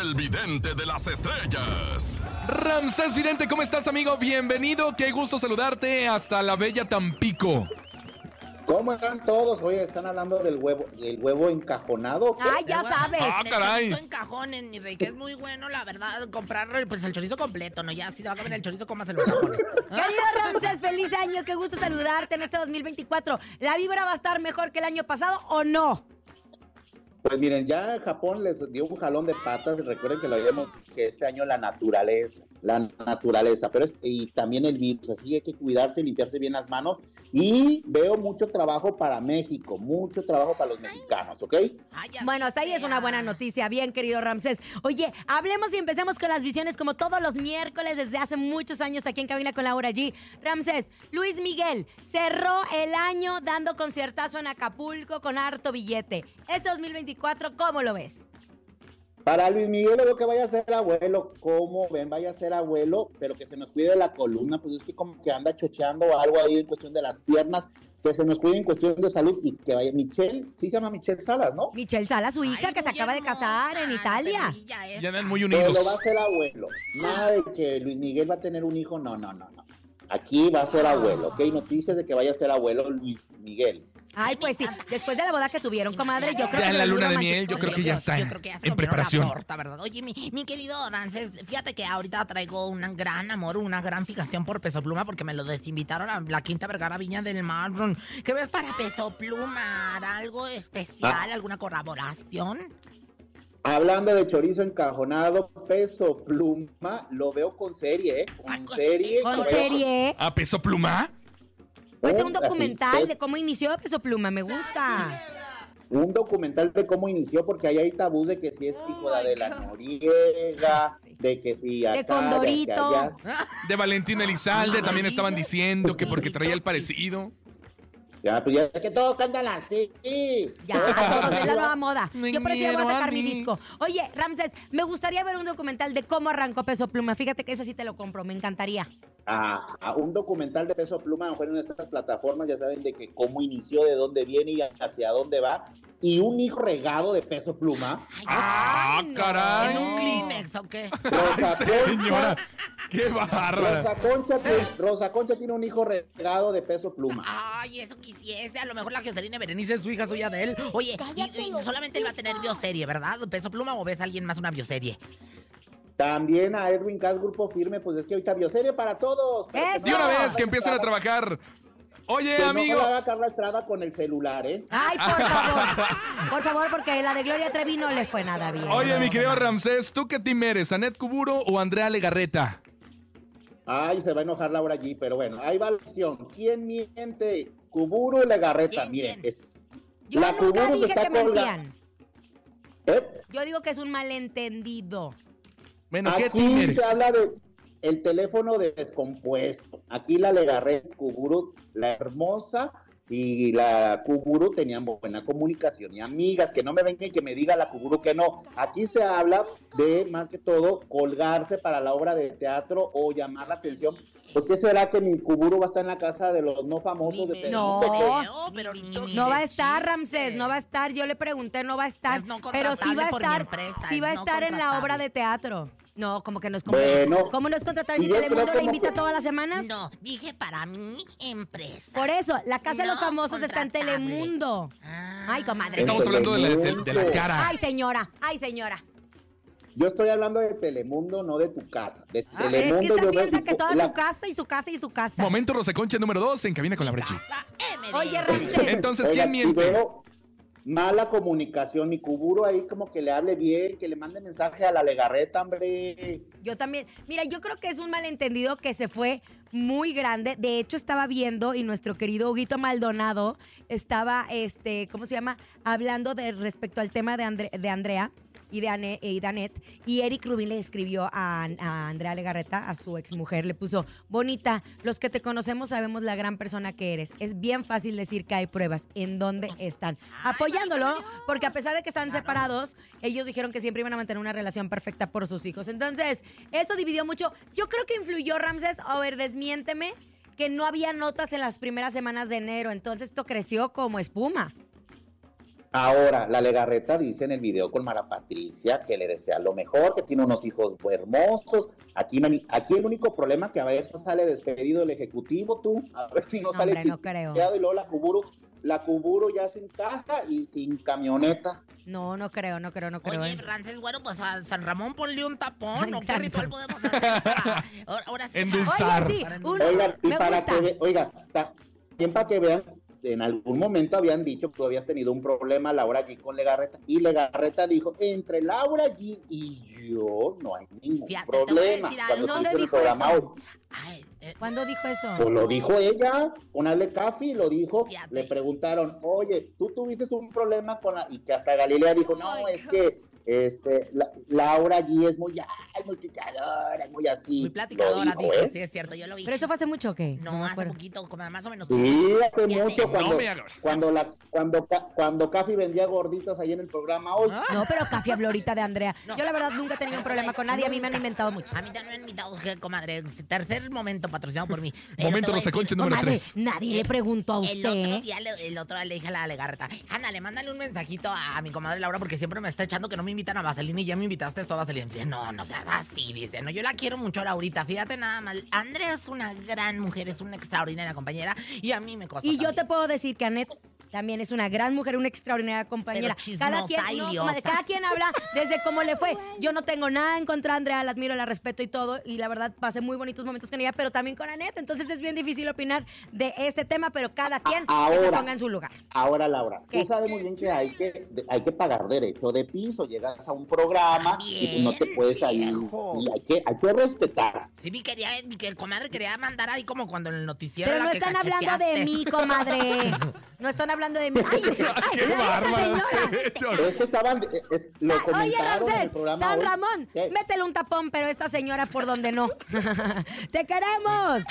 Speaker 1: el vidente de las estrellas.
Speaker 4: Ramsés Vidente, ¿cómo estás, amigo? Bienvenido, qué gusto saludarte hasta la bella Tampico.
Speaker 5: ¿Cómo están todos? Oye, están hablando del huevo, del huevo encajonado. ¿o qué?
Speaker 2: Ah, ya
Speaker 3: Aguas.
Speaker 2: sabes.
Speaker 4: Ah,
Speaker 3: El
Speaker 4: caray.
Speaker 3: chorizo en cajones, mi rey, que es muy bueno, la verdad, comprar pues el chorizo completo, ¿no? Ya si te va a comer el chorizo, cómaselo en cajones.
Speaker 2: Querido Ramses, feliz año, qué gusto saludarte en este 2024. ¿La vibra va a estar mejor que el año pasado o no?
Speaker 5: Pues miren, ya Japón les dio un jalón de patas. Recuerden que lo habíamos que este año la naturaleza, la naturaleza, pero es, y también el virus. Así hay que cuidarse, limpiarse bien las manos. Y veo mucho trabajo para México, mucho trabajo para los mexicanos, ¿ok?
Speaker 3: Ay, así
Speaker 2: Bueno, hasta ahí es una
Speaker 3: sea.
Speaker 2: buena noticia. Bien, querido Ramsés. Oye, hablemos y empecemos con las visiones como todos los miércoles desde hace muchos años aquí en Cabina con Laura G. Ramsés, Luis Miguel cerró el año dando conciertazo en Acapulco con harto billete. Este 2024, ¿cómo lo ves?
Speaker 5: Para Luis Miguel, lo que vaya a ser abuelo, como ven, vaya a ser abuelo, pero que se nos cuide la columna, pues es que como que anda chocheando o algo ahí en cuestión de las piernas, que se nos cuide en cuestión de salud y que vaya Michelle, sí se llama Michelle Salas, ¿no?
Speaker 2: Michelle Sala, su
Speaker 3: Ay,
Speaker 2: hija que se
Speaker 3: muy
Speaker 2: acaba de
Speaker 3: hermosa,
Speaker 2: casar en
Speaker 3: la
Speaker 2: Italia.
Speaker 3: perrilla
Speaker 4: Ya
Speaker 3: esta.
Speaker 4: andan muy
Speaker 5: Pero
Speaker 4: unidos.
Speaker 5: va a ser abuelo. Nada de que Luis Miguel va a tener un hijo, no, no, no, no. Aquí va a ser abuelo, ¿ok? Noticias de que vaya a ser abuelo Luis Miguel.
Speaker 2: Ay, pues sí, después de la boda que tuvieron, comadre, yo creo
Speaker 4: Ya
Speaker 2: que
Speaker 4: en la
Speaker 2: les
Speaker 4: luna
Speaker 2: dura
Speaker 4: de
Speaker 2: más que
Speaker 4: miel, yo
Speaker 2: todo.
Speaker 4: creo que ya está
Speaker 3: yo creo que ya se
Speaker 4: en
Speaker 3: comieron la
Speaker 4: preparación.
Speaker 3: torta, ¿verdad? Oye, mi, mi querido Rances, fíjate que ahorita traigo un gran amor, una gran fijación por Peso Pluma porque me lo desinvitaron a la Quinta Vergara Viña del Mar. ¿Qué ves para Peso Pluma? ¿Algo especial? ¿Alguna colaboración?
Speaker 5: Hablando de chorizo encajonado, peso, pluma, lo veo con serie, ¿eh? Con serie.
Speaker 2: Ah, Con
Speaker 5: lo veo
Speaker 2: serie, ¿eh?
Speaker 4: ¿A peso pluma?
Speaker 2: puede ser Pues un
Speaker 5: Así,
Speaker 2: documental
Speaker 5: pe-
Speaker 2: de cómo inició Peso Pluma, me gusta.
Speaker 5: un documental de cómo inició, porque ahí hay tabús de que si es
Speaker 2: Oh
Speaker 5: hijo de
Speaker 2: my
Speaker 5: Adela
Speaker 2: God.
Speaker 5: Noriega,
Speaker 2: Sí.
Speaker 5: de que si acá, de que
Speaker 2: Condorito.
Speaker 5: allá.
Speaker 4: De Valentín Elizalde también estaban diciendo que porque traía el parecido.
Speaker 5: Ya, pues ya que todos cantan así.
Speaker 2: Ya, todos, es la nueva moda.
Speaker 4: Me
Speaker 2: Yo por eso ya voy
Speaker 4: quiero
Speaker 2: a
Speaker 4: a
Speaker 2: sacar mi
Speaker 4: mí.
Speaker 2: disco. Oye, Ramses, me gustaría ver un documental de cómo arrancó Peso Pluma. Fíjate que ese sí te lo compro, me encantaría.
Speaker 5: a, a un documental de peso pluma, a lo mejor en estas plataformas ya saben de que cómo inició, de dónde viene y hacia dónde va, y un hijo regado de peso pluma.
Speaker 3: Ay,
Speaker 4: ¡Ah,
Speaker 2: no.
Speaker 4: caray!
Speaker 3: ¿En un
Speaker 2: no.
Speaker 3: Kleenex o qué?
Speaker 5: Rosa
Speaker 4: Señora,
Speaker 5: Concha,
Speaker 4: qué bárbara.
Speaker 5: Rosa Concha tiene- Rosa Concha tiene un hijo regado de peso pluma.
Speaker 3: Ay, eso quisiese. A lo mejor la Jocelyn Berenice es su hija suya de él. Oye, y, y solamente él va a tener bioserie, ¿verdad? ¿Peso Pluma o ves a alguien más una bioserie?
Speaker 5: También a Edwin Cass, Grupo Firme, pues es que ahorita bioserie para todos. pero que
Speaker 2: Eso.
Speaker 4: De una
Speaker 5: no,
Speaker 4: vez que empiecen a trabajar.
Speaker 5: que
Speaker 4: Oye,
Speaker 5: Pues no
Speaker 4: amigo.
Speaker 5: la haga Carla Estrada con el celular, ¿eh?
Speaker 2: Ay, por favor. Por favor, porque la de Gloria Trevi no le fue nada bien.
Speaker 4: Oye, mi querido Ramsés, ¿tú qué team eres? ¿Anet Cuburo o Andrea Legarreta?
Speaker 5: Ay, se va a enojar Laura allí, pero bueno, ahí va la opción. ¿Quién miente? Cuburo y Legarreta
Speaker 3: ¿Quién,
Speaker 5: también.
Speaker 3: quién?
Speaker 2: Yo
Speaker 5: la
Speaker 2: nunca
Speaker 5: Cuburus
Speaker 2: dije
Speaker 5: está
Speaker 2: que
Speaker 5: colga-
Speaker 2: mentían.
Speaker 5: ¿Eh?
Speaker 2: Yo digo que es un malentendido.
Speaker 4: Bueno, ¿qué team
Speaker 5: Aquí
Speaker 4: eres?
Speaker 5: se habla de el teléfono descompuesto. Aquí la Legarreta, Cuburu, la hermosa y la Cuburu tenían buena comunicación y amigas, que no me venga y que me diga la Cuburu que no. Aquí se habla de más que todo colgarse para la obra de teatro o llamar la atención. Pues qué será que mi Cuburu va a estar en la casa de los no famosos de
Speaker 2: No.
Speaker 5: Telemundo, que-
Speaker 3: pero ni- ni
Speaker 2: No
Speaker 3: de
Speaker 2: va a estar,
Speaker 3: chiste.
Speaker 2: Ramsés, no va a estar. Yo le pregunté, no va a estar.
Speaker 3: Es no
Speaker 2: pero sí va a
Speaker 3: contratable por mi
Speaker 2: estar.
Speaker 3: empresa,
Speaker 2: sí
Speaker 3: es
Speaker 2: va a
Speaker 3: no
Speaker 2: estar en la obra
Speaker 3: contratable.
Speaker 2: de teatro. No, como que no es
Speaker 5: Bueno.
Speaker 2: ¿Cómo no es contratar si
Speaker 5: Y yo creo
Speaker 2: Telemundo le
Speaker 5: como
Speaker 2: invita
Speaker 5: que-
Speaker 2: todas las semanas?
Speaker 3: No, dije para mi empresa.
Speaker 2: Por e- eso, la Casa de los
Speaker 3: No
Speaker 2: Famosos está en
Speaker 3: contratable.
Speaker 2: Telemundo.
Speaker 3: Ah.
Speaker 2: Ay, comadre.
Speaker 4: Estamos hablando de la, de- de la cara.
Speaker 2: Ay, señora, ay, señora.
Speaker 5: Yo estoy hablando de Telemundo, no de tu casa. De
Speaker 3: Ah,
Speaker 2: Es que
Speaker 5: Telemundo
Speaker 2: usted
Speaker 5: yo veo
Speaker 2: piensa
Speaker 5: tu-
Speaker 2: que toda
Speaker 5: la-
Speaker 2: su casa y su casa y su casa.
Speaker 4: Momento Rosa Concha número 2 en cabina con la brecha.
Speaker 3: Casa MD.
Speaker 2: Oye, Ramsés,
Speaker 4: Entonces,
Speaker 5: Oiga,
Speaker 4: ¿quién
Speaker 5: y
Speaker 4: miente?
Speaker 5: veo Mala comunicación, y Cuburo ahí como que le hable bien, que le mande mensaje a la legarreta, hombre.
Speaker 2: yo también. Mira, yo creo que es un malentendido que se fue muy grande. De hecho, estaba viendo y nuestro querido Huguito Maldonado estaba, este, ¿cómo se llama? Hablando de respecto al tema de, Andre- de Andrea. Y de, Ane- y de Anet. Y Eric Rubin le escribió a, a Andrea Legarreta, a su exmujer, le puso, bonita, los que te conocemos sabemos la gran persona que eres. Es bien fácil decir que hay pruebas. ¿En dónde están? Apoyándolo, porque a pesar de que están separados, ellos dijeron que siempre iban a mantener una relación perfecta por sus hijos. Entonces, eso dividió mucho. Yo creo que influyó Ramses, a ver, desmiénteme, que no había notas en las primeras semanas de enero. Entonces, esto creció como espuma.
Speaker 5: Ahora, la legarreta dice en el video con Mara Patricia que le desea lo mejor, que tiene unos hijos hermosos. Aquí, no hay- aquí el único problema que a ver si sale despedido el ejecutivo, tú. A ver si no
Speaker 2: No, hombre,
Speaker 5: sale
Speaker 2: no creo.
Speaker 5: Y Lola Cuburo la Cuburo ya sin casa y sin camioneta.
Speaker 2: No, no creo, no creo, no creo.
Speaker 3: Oye,
Speaker 2: ¿eh?
Speaker 3: Frances, bueno, pues a San Ramón ponle un tapón. ¿O qué
Speaker 2: Exacto.
Speaker 3: ritual podemos hacer? para- ahora, ahora sí.
Speaker 4: Endulzar.
Speaker 2: Oye, sí,
Speaker 3: Para-
Speaker 2: uno,
Speaker 5: Oigan, y
Speaker 2: me
Speaker 5: para
Speaker 2: gusta.
Speaker 5: que, ve- oiga, ta- bien para que vean, en algún momento habían dicho que tú habías tenido un problema Laura G con Legarreta y Legarreta dijo, entre Laura G y yo no hay ningún
Speaker 3: Fíjate, te voy a
Speaker 5: problema.
Speaker 3: decir algo.
Speaker 5: Cuando
Speaker 2: ¿Dónde
Speaker 5: estuviste en el
Speaker 2: dijo
Speaker 5: programa,
Speaker 2: eso?
Speaker 3: Ay, eh,
Speaker 2: ¿Cuándo dijo
Speaker 5: pues
Speaker 2: eso?
Speaker 5: lo dijo ella, con Ale Caffi lo dijo,
Speaker 3: Fíjate.
Speaker 5: le preguntaron, oye, tú tuviste un problema con la... Y que hasta Galilea dijo, no,
Speaker 2: Ay,
Speaker 5: es
Speaker 2: no.
Speaker 5: que este, la- Laura G es muy, ay, muy picadora, muy así.
Speaker 3: muy
Speaker 5: Lo
Speaker 3: platicadora,
Speaker 5: dijo,
Speaker 3: dijo,
Speaker 5: ¿eh?
Speaker 3: sí, es cierto, yo lo vi.
Speaker 2: ¿Pero eso fue hace mucho o qué?
Speaker 3: No,
Speaker 2: me
Speaker 3: hace
Speaker 2: acuerdo.
Speaker 3: poquito, como más o menos.
Speaker 5: Sí, hace
Speaker 3: Fíjate.
Speaker 5: mucho cuando,
Speaker 4: No me hagas.
Speaker 5: cuando la cuando Ca- cuando Cafi vendía gorditas ahí en el programa hoy.
Speaker 3: Ah,
Speaker 2: No, pero Cafia Florita de Andrea.
Speaker 3: No.
Speaker 2: Yo la verdad nunca he tenido un problema con nadie, a mí me han
Speaker 3: Nunca.
Speaker 2: inventado mucho.
Speaker 3: A mí también me han invitado, je, comadre. Tercer momento patrocinado por mí. Pero te
Speaker 4: Momento
Speaker 3: voy a
Speaker 4: Rosa
Speaker 3: decir,
Speaker 4: Concha número
Speaker 2: Comadre,
Speaker 4: 3.
Speaker 2: nadie le preguntó a
Speaker 3: El otro
Speaker 2: usted.
Speaker 3: día, le, el otro día le dije a la Legarreta, ándale, mándale un mensajito a, a mi comadre Laura porque siempre me está echando que no me invitan a Vaselina y ya me invitaste esto a Vaselina. Dice, no, no seas así, dice, no, yo la quiero mucho, Laurita, fíjate nada mal. Andrea es una gran mujer, es una extraordinaria compañera y a mí me costó.
Speaker 2: Y yo te
Speaker 3: también.
Speaker 2: puedo decir que Anet también es una gran mujer, una extraordinaria compañera.
Speaker 3: Pero
Speaker 2: Cada quien,
Speaker 3: chismosa y
Speaker 2: no,
Speaker 3: liosa.
Speaker 2: comadre, cada quien habla desde cómo le fue. Yo no tengo nada en contra de Andrea, la admiro, la respeto y todo. Y la verdad pasé muy bonitos momentos con ella, pero también con Anet. Entonces es bien difícil opinar de este tema, pero cada quien que se
Speaker 5: ahora.
Speaker 2: ponga en su lugar.
Speaker 5: Ahora Laura,
Speaker 2: ¿Qué?
Speaker 5: tú sabes muy bien que hay que de- hay que pagar derecho de piso, llegas a un programa y pues no te
Speaker 3: También,
Speaker 5: puedes ahí
Speaker 3: viejo. Ah.
Speaker 5: y hay que hay que respetar.
Speaker 3: Sí, mi querida, mi que- comadre quería mandar ahí como cuando en el noticiero
Speaker 2: Pero
Speaker 3: la
Speaker 2: no
Speaker 3: que
Speaker 2: están hablando de
Speaker 3: cacheteaste.
Speaker 2: mí, comadre. No están hablando de mí. ¡Ay, ay,
Speaker 4: ¡Qué
Speaker 2: ay,
Speaker 4: bárbaro!
Speaker 2: señora!
Speaker 5: Pero es que estaban eh, es- lo
Speaker 2: Ah, Oye,
Speaker 5: comentaron en el
Speaker 2: entonces,
Speaker 5: programa
Speaker 2: San
Speaker 5: hoy.
Speaker 2: Ramón,
Speaker 5: ¿Qué?
Speaker 2: métele un tapón, pero esta señora por donde no. ¡Te queremos!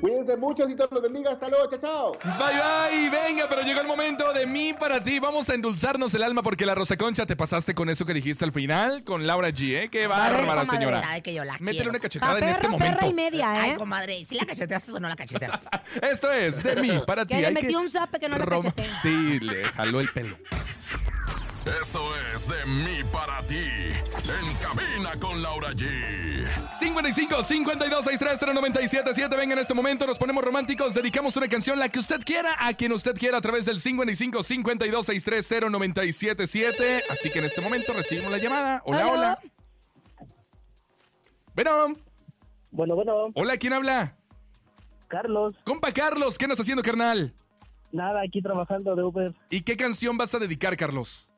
Speaker 5: Cuídense mucho, y todos los bendiga, hasta luego, chao, chao.
Speaker 4: Bye bye, venga, pero llegó el momento de mí para ti. Vamos a endulzarnos el alma porque la Rosa Concha te pasaste con eso que dijiste al final con Laura G, ¿eh? Qué bárbara,
Speaker 2: comadre,
Speaker 4: señora.
Speaker 3: Sabe que yo la
Speaker 4: Métele
Speaker 3: quiero.
Speaker 4: una cachetada
Speaker 2: Pa'
Speaker 4: en este
Speaker 2: perro,
Speaker 4: momento.
Speaker 2: Ah, perra y media,
Speaker 3: Ay,
Speaker 2: ¿eh?
Speaker 3: comadre, ¿sí la cacheteaste o no la cacheteaste?
Speaker 4: Esto es de mí para ti.
Speaker 2: Que le
Speaker 4: Hay
Speaker 2: metí un zape que no la
Speaker 4: Roma-
Speaker 2: cacheteé.
Speaker 4: Sí, le jaló el pelo.
Speaker 1: Esto es de mí para ti. En cabina con Laura G.
Speaker 4: 55 52 63 097 7 Venga, en este momento nos ponemos románticos. Dedicamos una canción, la que usted quiera, a quien usted quiera, a través del 55 52 63 097 7 Así que en este momento recibimos la llamada. Hola,
Speaker 2: Aló.
Speaker 4: hola. Bueno,
Speaker 8: Bueno, bueno,
Speaker 4: hola, ¿quién habla?
Speaker 8: Carlos,
Speaker 4: Compa Carlos, ¿qué andas haciendo, carnal?
Speaker 8: nada, aquí trabajando de Uber.
Speaker 4: ¿Y qué canción vas a dedicar, Carlos?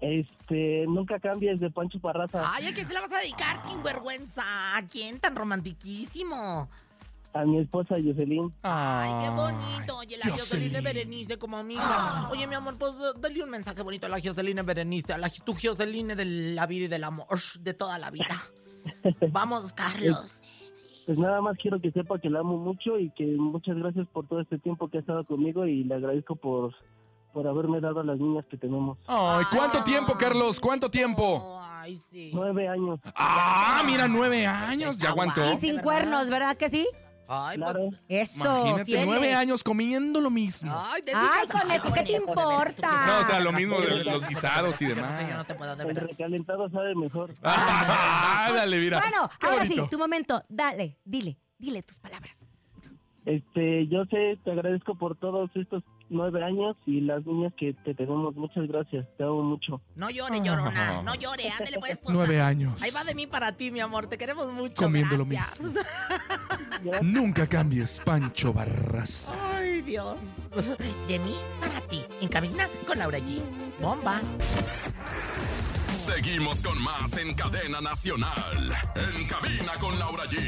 Speaker 8: Este, nunca cambies de Pancho Parraza
Speaker 3: Ay, ¿a quién se la vas a dedicar, sinvergüenza? ¿A quién tan romantiquísimo?
Speaker 8: a mi esposa Jocelyn.
Speaker 3: Ay, qué bonito. Oye, la Jocelyn
Speaker 4: Jocelyn.
Speaker 3: Berenice como amiga.
Speaker 4: Ah.
Speaker 3: Oye, mi amor, pues eh, dale un mensaje bonito a la Jocelyn Berenice, a la tu Jocelyn de la vida y del amor, de toda la vida. Vamos, Carlos.
Speaker 8: Pues nada más quiero que sepa que la amo mucho y que muchas gracias por todo este tiempo que ha estado conmigo y le agradezco por, por haberme dado a las niñas que tenemos.
Speaker 4: Ay, ¿cuánto
Speaker 3: Ay.
Speaker 4: tiempo, Carlos? ¿Cuánto tiempo?
Speaker 3: Ay, sí.
Speaker 8: Nueve años,
Speaker 4: Ah, mira,
Speaker 3: Pues
Speaker 4: nueve años.
Speaker 2: Y
Speaker 4: Ya aguantó.
Speaker 2: sin
Speaker 3: ¿verdad?
Speaker 2: cuernos, ¿verdad que sí?
Speaker 3: Ay, pues.
Speaker 8: claro.
Speaker 2: Eso,
Speaker 4: Imagínate,
Speaker 2: fieles.
Speaker 4: nueve años comiendo lo mismo.
Speaker 3: Ay, te
Speaker 2: Ay,
Speaker 3: fijas,
Speaker 2: conejo,
Speaker 3: ay,
Speaker 2: ¿qué te
Speaker 3: conejo, de veras,
Speaker 2: importa?
Speaker 3: tú que-
Speaker 4: No, o sea, lo mismo
Speaker 8: de los
Speaker 4: guisados
Speaker 3: Yo
Speaker 4: y
Speaker 3: no sé,
Speaker 4: demás.
Speaker 3: Yo no te puedo, de
Speaker 8: El
Speaker 3: veras.
Speaker 8: recalentado sabe mejor.
Speaker 4: Ah, Ándale, mira.
Speaker 2: Bueno,
Speaker 4: Qué
Speaker 2: ahora
Speaker 4: bonito.
Speaker 2: sí, tu momento. Dale, dile, dile tus palabras.
Speaker 8: Este, yo sé, te agradezco por todos estos nueve años y las niñas que te tenemos. Muchas gracias, te amo mucho.
Speaker 3: No llore, llorona. No llore, ándale, pues. pues
Speaker 4: Nueve años.
Speaker 3: Ahí va de mí para ti, mi amor. Te queremos mucho.
Speaker 4: Comiendo lo
Speaker 3: gracias.
Speaker 4: mismo. Nunca cambies, Pancho Barraza.
Speaker 3: Ay, Dios. De mí para ti. En cabina con Laura G. Bomba.
Speaker 1: Seguimos con más en cadena nacional. En cabina con Laura G.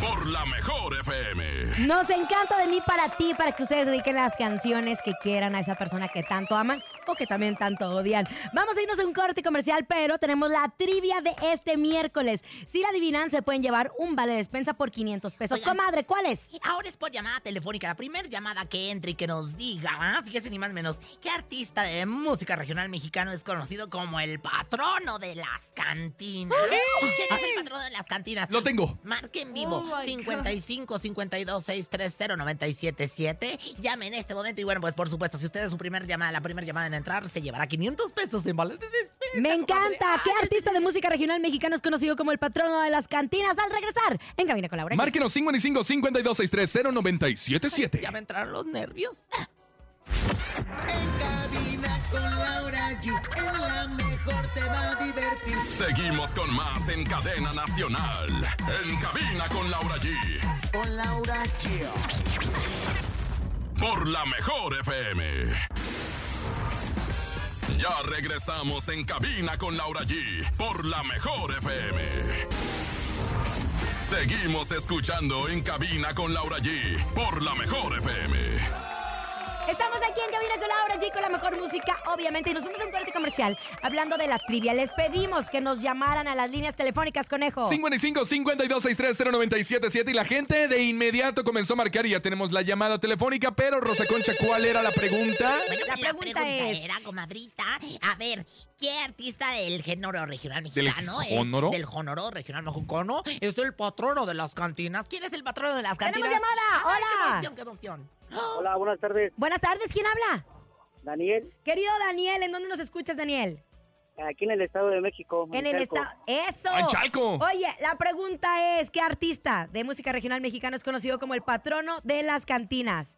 Speaker 1: Por la mejor FM.
Speaker 2: Nos encanta de mí para ti, para que ustedes dediquen las canciones que quieran a esa persona que tanto aman o que también tanto odian. Vamos a irnos a un corte comercial, pero tenemos la trivia de este miércoles. Si la adivinan, se pueden llevar un vale de despensa por 500 pesos.
Speaker 3: Oigan.
Speaker 2: Comadre, ¿cuál es?
Speaker 3: Ahora es por llamada telefónica. La primera llamada que entre y que nos diga, ¿ah? fíjese ni más menos, ¿qué artista de música regional mexicano es conocido como el patrono de las cantinas? ¿Quién es el patrono de las cantinas?
Speaker 4: Lo tengo.
Speaker 3: Marque en vivo
Speaker 2: Oh, my
Speaker 3: 55 52 630 977. Llame en este momento y bueno, pues por supuesto, si usted es su primer llamada, la primera llamada en entrar, se llevará 500 pesos en vales de despensa.
Speaker 2: Me
Speaker 3: comadre.
Speaker 2: encanta. ¿Qué
Speaker 3: Ay, este
Speaker 2: artista de música regional mexicano es conocido como el patrono de las cantinas? Al regresar, en Cabina con Laura.
Speaker 4: Márquenos 55 52 63
Speaker 3: Ya
Speaker 4: 0977.
Speaker 3: me entraron los nervios.
Speaker 1: Seguimos con más en Cadena Nacional. En cabina con Laura G.
Speaker 9: Con Laura G.
Speaker 1: Por la mejor FM. Ya regresamos en cabina con Laura G. Por la mejor FM. Seguimos escuchando en cabina con Laura G. Por la mejor FM.
Speaker 2: Estamos aquí en Cabina con Laura G con la mejor música, obviamente, y nos vamos a un corte comercial hablando de la trivia. Les pedimos que nos llamaran a las líneas telefónicas, conejo.
Speaker 4: 55 52 63 0977 y la gente de inmediato comenzó a marcar y ya tenemos la llamada telefónica, pero Rosa Concha, ¿cuál era la pregunta?
Speaker 3: Bueno,
Speaker 2: La
Speaker 3: la,
Speaker 2: pregunta
Speaker 3: pregunta,
Speaker 2: es-
Speaker 3: era, comadrita, a ver, ¿qué artista del género regional mexicano es?
Speaker 4: jónoro?
Speaker 3: Del género regional mexicano es el patrono de las cantinas. ¿Quién es el patrono de las
Speaker 2: ¡Tenemos
Speaker 3: cantinas?
Speaker 2: llamada!
Speaker 3: ¡Ay,
Speaker 2: ¡Hola!
Speaker 3: ¡Qué emoción, qué emoción!
Speaker 10: Hola, buenas tardes,
Speaker 2: Buenas tardes, ¿quién habla?
Speaker 10: Daniel.
Speaker 2: Querido Daniel, ¿en dónde nos escuchas, Daniel?
Speaker 10: Aquí en el Estado de México.
Speaker 2: En el
Speaker 10: Calco.
Speaker 2: estado. ¡Eso!
Speaker 4: ¡Ah, en Chalco!
Speaker 2: Oye, la pregunta es: ¿qué artista de música regional mexicano es conocido como el patrono de las cantinas?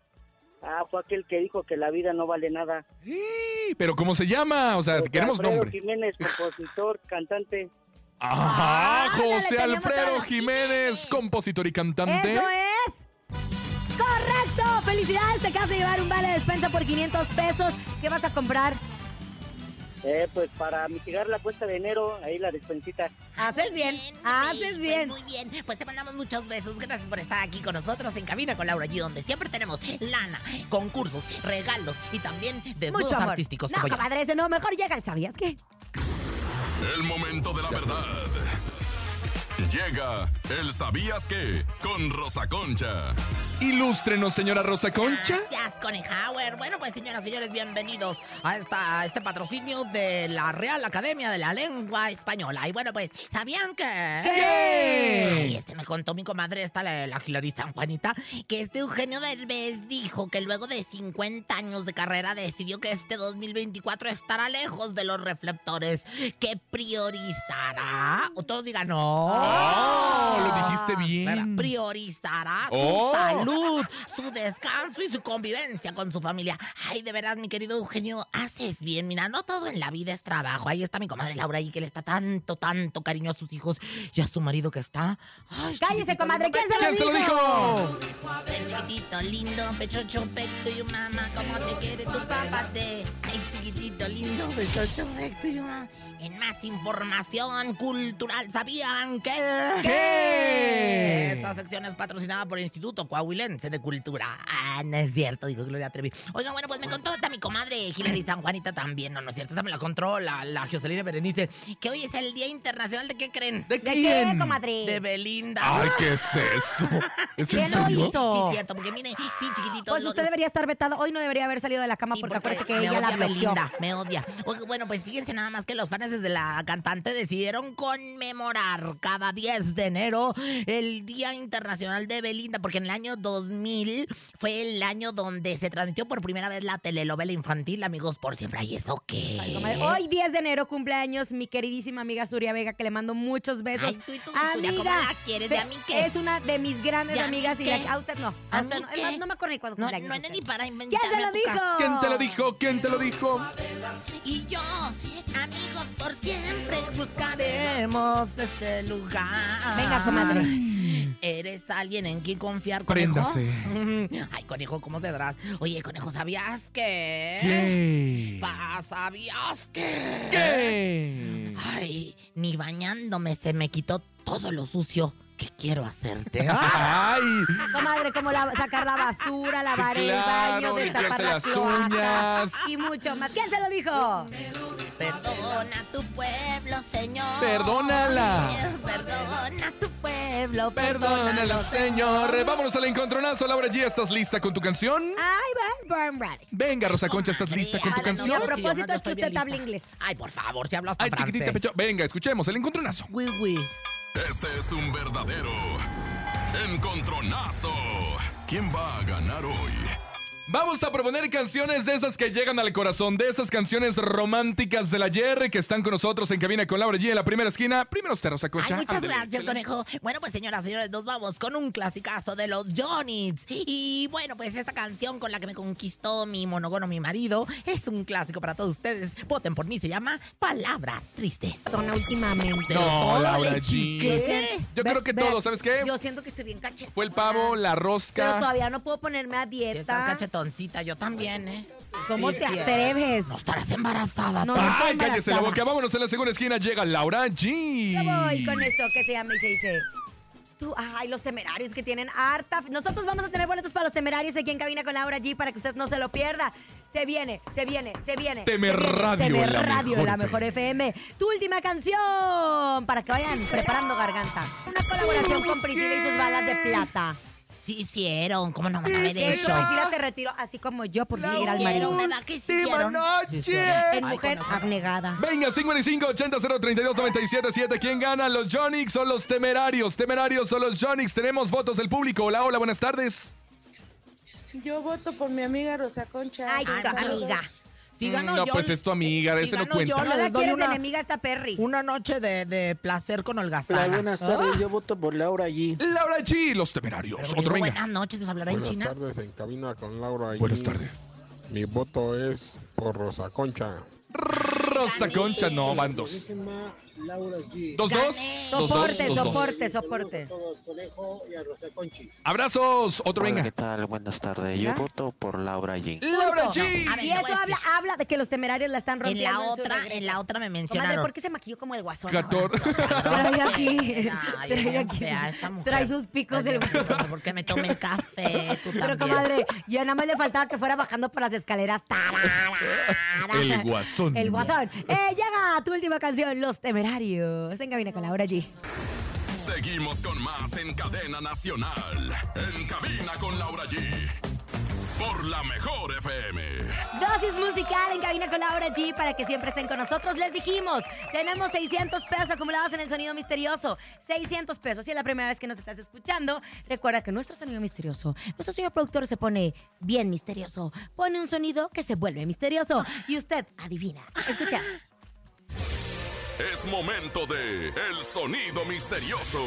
Speaker 10: Ah, fue aquel que dijo que la vida no vale nada.
Speaker 4: Sí, Pero ¿cómo se llama? O sea,
Speaker 10: José
Speaker 4: queremos
Speaker 10: Alfredo
Speaker 4: nombre.
Speaker 10: Jiménez, compositor, cantante.
Speaker 4: Ajá,
Speaker 2: Ándale,
Speaker 4: José
Speaker 2: tenemos
Speaker 4: Alfredo
Speaker 2: todo.
Speaker 4: Jiménez, compositor y cantante.
Speaker 2: ¡Eso es! ¡Correcto! ¡Felicidades! Te acabas de llevar un vale de despensa por 500 pesos. ¿Qué vas a comprar?
Speaker 10: Eh, pues para mitigar la cuesta de enero, ahí la despensita.
Speaker 2: Haces
Speaker 3: Muy
Speaker 2: bien,
Speaker 3: muy
Speaker 2: haces bien.
Speaker 3: Pues muy bien. Pues te mandamos muchos besos. Gracias por estar aquí con nosotros en Cabina con Laura G, donde siempre tenemos lana, concursos, regalos y también desnudos
Speaker 2: Mucho amor.
Speaker 3: artísticos
Speaker 2: no,
Speaker 3: como yo.
Speaker 2: compadre, ese no. Mejor llega el ¿sabías qué?
Speaker 1: El momento de la verdad. Llega el Sabías qué con Rosa Concha.
Speaker 4: Ilústrenos, señora Rosa Concha.
Speaker 3: Gracias, Conejauer. Bueno, pues señoras y señores, bienvenidos a, esta, a este patrocinio de la Real Academia de la Lengua Española. Y bueno, pues, ¿sabían que...? Ay, este me contó mi comadre, esta, la, la Hilary San Juanita, que este Eugenio Derbez dijo que luego de 50 años de carrera decidió que este 2024 estará lejos de los reflectores, que priorizará... O todos digan, no. Ah.
Speaker 4: Oh, lo dijiste
Speaker 3: ¿verdad?
Speaker 4: bien.
Speaker 3: priorizará su
Speaker 4: Oh.
Speaker 3: salud, su descanso y su convivencia con su familia. Ay, de veras, mi querido Eugenio, haces bien. Mira, no todo en la vida es trabajo. Ahí está mi comadre Laura y que le está tanto, tanto cariño a sus hijos y a su marido que está. Ay,
Speaker 2: Cállese,
Speaker 3: chiquitito,
Speaker 2: comadre.
Speaker 3: lindo,
Speaker 2: ¿Quién se lo,
Speaker 4: ¿Quién se lo dijo?
Speaker 3: pe- Chiquitito, lindo, pechocho, pecto y mamá, como te quiere tu papá te. Ay, chiquitito, lindo, pechocho, pecto y mamá. En más información cultural, ¿sabían que?
Speaker 4: ¿Qué?
Speaker 3: Esta sección es patrocinada por el Instituto Coahuilense de Cultura. Ah, no es cierto, dijo Gloria Trevi. Oigan, bueno, pues me contó hasta mi comadre Hilary San Juanita también. No, no es cierto, esa me la contó la, la Joselina Berenice. Que hoy es el Día Internacional de qué creen?
Speaker 4: ¿De
Speaker 2: ¿De qué,
Speaker 4: quién?
Speaker 2: comadre?
Speaker 3: De Belinda.
Speaker 4: Ay, ¿qué es eso? ¿Es en
Speaker 2: ¿Quién lo
Speaker 4: serio?
Speaker 2: hizo?
Speaker 3: Sí, es cierto, porque mire, sí, chiquitito.
Speaker 2: Pues
Speaker 3: lo-
Speaker 2: usted
Speaker 3: lo-
Speaker 2: debería estar vetado. Hoy no debería haber salido de la cama
Speaker 3: sí,
Speaker 2: porque, acuérdese que
Speaker 3: me
Speaker 2: ella la
Speaker 3: odia
Speaker 2: bloqueó.
Speaker 3: Belinda, me odia. Oiga, bueno, pues fíjense nada más que los fans de la cantante decidieron conmemorar cada 10 de enero el Día Internacional de Belinda, porque en el año 2000 fue el año donde se transmitió por primera vez la telenovela infantil Amigos por Siempre. ¿Y eso qué?
Speaker 2: Ay, comadre, Hoy 10 de enero cumpleaños mi queridísima amiga Suria Vega que le mando muchos besos.
Speaker 3: Ay, tú y tú, tú, ya, ¿cómo la quieres? ¿De a mí qué?
Speaker 2: Es una de mis grandes
Speaker 3: ¿De a mí
Speaker 2: amigas y
Speaker 3: qué?
Speaker 2: la- a usted no. A
Speaker 3: ¿A
Speaker 2: usted
Speaker 3: mí
Speaker 2: no, es más,
Speaker 3: qué?
Speaker 2: no me acuerdo ni cuándo
Speaker 3: No,
Speaker 2: cumpleaños
Speaker 3: no era
Speaker 2: usted.
Speaker 3: ni para
Speaker 2: ¿Quién
Speaker 3: inventarme
Speaker 2: se lo
Speaker 3: a tu casa.
Speaker 2: dijo?
Speaker 4: ¿Quién te lo dijo? ¿Quién te lo dijo?
Speaker 3: Y yo, amigos por siempre, buscaremos este lugar.
Speaker 2: Venga, comadre.
Speaker 3: ¿Eres alguien en quien confiar, conejo?
Speaker 4: Préndase.
Speaker 3: Ay, conejo, ¿cómo serás? Oye, conejo, ¿sabías que?
Speaker 4: ¿Qué?
Speaker 3: Pa, ¿sabías que?
Speaker 4: ¿Qué?
Speaker 3: Ay, ni bañándome se me quitó todo lo sucio que quiero hacerte.
Speaker 4: Ay,
Speaker 2: Comadre, como la- sacar la basura, lavar
Speaker 4: Sí,
Speaker 2: el baño,
Speaker 4: claro,
Speaker 2: destapar
Speaker 4: limpiarse
Speaker 2: la
Speaker 4: las
Speaker 2: cloaca
Speaker 4: uñas.
Speaker 2: y mucho más. ¿Quién se lo dijo?
Speaker 3: Perdona tu pueblo, Señor.
Speaker 4: Perdónala.
Speaker 3: Perdona tu pueblo,
Speaker 4: perdónala,
Speaker 3: perdónalo,
Speaker 4: señor. Vámonos al encontronazo. Laura G, ¿estás lista con tu canción?
Speaker 2: Ay, vas, Burn Brady.
Speaker 4: Venga, Rosa Concha, ¿estás lista con tu
Speaker 2: Ahora no,
Speaker 4: canción?
Speaker 2: a
Speaker 3: Sí,
Speaker 2: propósito
Speaker 3: Amanda,
Speaker 2: es que
Speaker 3: estoy bien
Speaker 2: usted habla
Speaker 3: lista.
Speaker 2: inglés.
Speaker 3: Ay, por favor, se habla hasta
Speaker 4: Ay, chiquitita,
Speaker 3: francés.
Speaker 4: pecho. Venga, escuchemos el encontronazo.
Speaker 3: Oui, oui.
Speaker 1: Este es un verdadero encontronazo. ¿Quién va a ganar hoy?
Speaker 4: Vamos a proponer canciones de esas que llegan al corazón, de esas canciones románticas del ayer que están con nosotros en cabina con Laura G en la primera esquina. Primero usted, Rosa
Speaker 3: Ay,
Speaker 4: Concha.
Speaker 3: muchas
Speaker 4: Pues Ándele,
Speaker 3: gracias,
Speaker 4: échale.
Speaker 3: conejo. Bueno, pues señoras, señores, nos vamos con un clasicazo de los Johnnys. Y bueno, pues esta canción con la que me conquistó mi monogono, mi marido, es un clásico para todos ustedes. Voten por mí, se llama Palabras Tristes.
Speaker 2: Tona últimamente.
Speaker 4: No, Laura
Speaker 3: Órale,
Speaker 4: G.
Speaker 3: chique.
Speaker 4: Yo
Speaker 2: Ve-
Speaker 4: creo que
Speaker 2: ve-
Speaker 4: todo, ¿sabes qué?
Speaker 2: Yo siento que estoy bien cachetona.
Speaker 4: Fue el pavo, la
Speaker 2: Pero
Speaker 4: rosca.
Speaker 2: todavía no puedo ponerme a
Speaker 3: Si estás
Speaker 2: dieta.
Speaker 3: cachetoncita, yo también, ¿eh?
Speaker 2: ¿Cómo
Speaker 3: Sí,
Speaker 2: te
Speaker 3: sí,
Speaker 2: atreves?
Speaker 3: No estarás embarazada.
Speaker 2: No,
Speaker 3: tú.
Speaker 2: no.
Speaker 4: ¡Ay,
Speaker 2: embarazada.
Speaker 4: cállese la boca! Vámonos en la segunda esquina. Llega Laura
Speaker 2: Yo voy con
Speaker 4: G.
Speaker 2: esto que se llama y se dice. Tú, ay, los temerarios que tienen harta. Nosotros vamos a tener boletos para los temerarios aquí en cabina con Laura G para que usted no se lo pierda. Se viene, se viene, se viene.
Speaker 4: Temerradio,
Speaker 2: se viene.
Speaker 4: la
Speaker 2: Temerradio,
Speaker 4: mejor
Speaker 2: la mejor FM. Tu última canción para que vayan preparando garganta. Una colaboración con Priscila y sus balas de plata.
Speaker 3: Sí hicieron, ¿cómo no van a ver
Speaker 2: De hecho,
Speaker 3: eso?
Speaker 2: Priscila se retiró así como yo por
Speaker 3: Sí
Speaker 2: seguir al marido.
Speaker 3: hicieron, ¿verdad que sí hicieron? Sí hicieron.
Speaker 2: En
Speaker 3: Ay,
Speaker 2: mujer
Speaker 3: conejo.
Speaker 2: abnegada.
Speaker 4: Venga, 55 80 0 32 97 7. ¿Quién gana? ¿Los Jonix o los temerarios? Temerarios o los Jonix. Tenemos votos del público. Hola, hola, buenas tardes.
Speaker 11: Yo voto por mi amiga Rosa Concha.
Speaker 2: Ay,
Speaker 3: Ay,
Speaker 2: tu
Speaker 3: muchas-
Speaker 2: amiga.
Speaker 3: Si gano
Speaker 4: Mm, no,
Speaker 3: yo-
Speaker 4: pues es tu amiga,
Speaker 3: si
Speaker 4: ese no
Speaker 3: gano
Speaker 4: cuenta.
Speaker 3: yo,
Speaker 2: No
Speaker 3: les
Speaker 2: la
Speaker 3: doy
Speaker 2: quieres de
Speaker 3: una-
Speaker 2: enemiga está Perry.
Speaker 3: Una noche de, de placer con
Speaker 2: Ah.
Speaker 9: Hola,
Speaker 3: holgazana. Ah.
Speaker 9: buenas tardes, yo voto por Laura G.
Speaker 4: Laura G. Los temerarios.
Speaker 3: Pero
Speaker 4: Otro,
Speaker 3: digo,
Speaker 4: venga.
Speaker 3: buenas noches, nos hablará en
Speaker 12: Buenas
Speaker 3: China.
Speaker 12: tardes, en cabina con Laura. Allí.
Speaker 4: Buenas tardes.
Speaker 12: Mi voto es por Rosa Concha.
Speaker 4: Rosa Concha, no, van dos.
Speaker 9: Buenísima Laura G.
Speaker 4: Dos, dos. Dos, dos,
Speaker 2: Soporte,
Speaker 4: dos, dos.
Speaker 2: soporte, Este soporte.
Speaker 9: todos, Conejo y a Rosa Conchis.
Speaker 4: Abrazos. Otro,
Speaker 6: Hola,
Speaker 4: venga.
Speaker 6: ¿qué tal? Buenas tardes. Yo
Speaker 2: Hola.
Speaker 6: voto por Laura G.
Speaker 4: Laura
Speaker 3: No, a
Speaker 4: G.
Speaker 3: ver,
Speaker 2: Y
Speaker 3: te voy
Speaker 2: eso
Speaker 3: a
Speaker 2: habla,
Speaker 3: decir.
Speaker 2: habla de que los temerarios la están
Speaker 3: En la
Speaker 2: rompiendo. su
Speaker 3: otra,
Speaker 2: regreso.
Speaker 3: en la otra me
Speaker 2: Comadre,
Speaker 3: mencionaron.
Speaker 2: ¿por qué se maquilló como el guasón? ahora?
Speaker 4: 14.
Speaker 2: Trae aquí,
Speaker 3: Ay,
Speaker 2: trae
Speaker 3: ¿cómo
Speaker 2: aquí,
Speaker 3: sea esta mujer?
Speaker 2: trae sus picos del
Speaker 3: Ay, Dios mío,
Speaker 2: guasón.
Speaker 3: ¿Por qué me tomé el café? Tú
Speaker 2: Pero
Speaker 3: también.
Speaker 2: comadre, ya nada más le faltaba que fuera bajando por las escaleras. Tarara.
Speaker 4: El guasón.
Speaker 2: El guasón. Eh, llega tu última canción, Los Temerarios. En cabina con Laura G.
Speaker 1: Seguimos con más en Cadena Nacional. En cabina con Laura G. Por la mejor FM.
Speaker 2: Dosis musical en cabina con Laura G para que siempre estén con nosotros. Les dijimos, tenemos 600 pesos acumulados en el sonido misterioso. 600 pesos. Si es la primera vez que nos estás escuchando, recuerda que nuestro sonido misterioso, nuestro señor productor se pone bien misterioso. Pone un sonido que se vuelve misterioso. Y usted adivina. Escucha.
Speaker 1: Es momento de El Sonido Misterioso.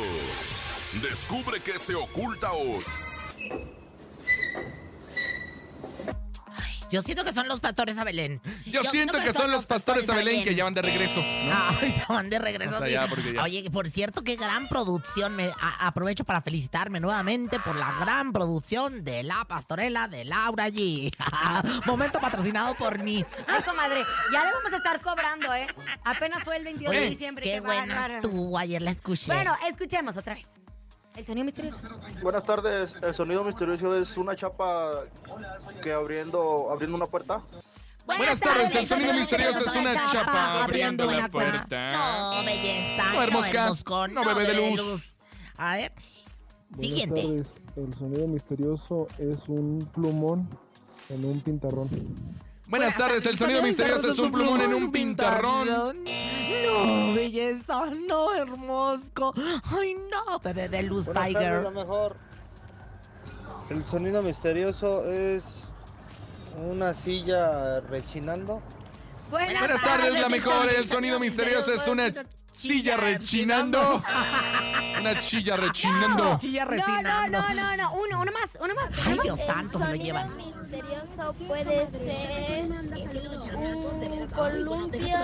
Speaker 1: Descubre qué se oculta hoy.
Speaker 3: Yo siento que son los pastores a Belén.
Speaker 4: Yo siento que son los pastores a Belén que ya van de regreso.
Speaker 3: Ay, ya van de regreso.
Speaker 4: Hasta
Speaker 3: sí.
Speaker 4: allá, porque ya.
Speaker 3: Oye, que por cierto, qué gran producción. Me, a- aprovecho para felicitarme nuevamente por la gran producción de La Pastorela de Laura G. Momento patrocinado por mí.
Speaker 2: Ay, comadre, ya le vamos a estar cobrando, ¿eh? Apenas fue el 22 de
Speaker 3: Oye,
Speaker 2: diciembre.
Speaker 3: qué buena
Speaker 2: bárbaro.
Speaker 3: estuvo. Ayer la escuché.
Speaker 2: Bueno, escuchemos otra vez. El sonido misterioso.
Speaker 11: Buenas tardes. El sonido misterioso es una chapa que abriendo abriendo una puerta.
Speaker 4: Buenas tardes, el sonido misterioso es una chapa abriendo la puerta.
Speaker 3: No, belleza.
Speaker 4: No,
Speaker 3: No,
Speaker 4: hermosca,
Speaker 3: hermoscón,
Speaker 4: no, bebé de luz.
Speaker 3: A ver.
Speaker 8: Buenas
Speaker 3: Siguiente.
Speaker 8: tardes. El sonido misterioso es un plumón en un pintarrón.
Speaker 4: Buenas tardes, el sonido misterioso es un plumón en un pintarrón.
Speaker 3: No, belleza, no, hermosco. Ay, no, bebé de luz, Tiger.
Speaker 11: mejor. El sonido misterioso es una silla rechinando.
Speaker 2: Buenas,
Speaker 4: Buenas tardes, la mejor. El sonido misterioso es una silla rechinando. Una chilla rechinando.
Speaker 3: Chilla
Speaker 2: No, no,
Speaker 3: rechinando.
Speaker 2: no, no, no. Uno, uno más, uno más. Eh,
Speaker 3: Ay, Dios santo, se lo llevan.
Speaker 13: misterioso puede ser un columpio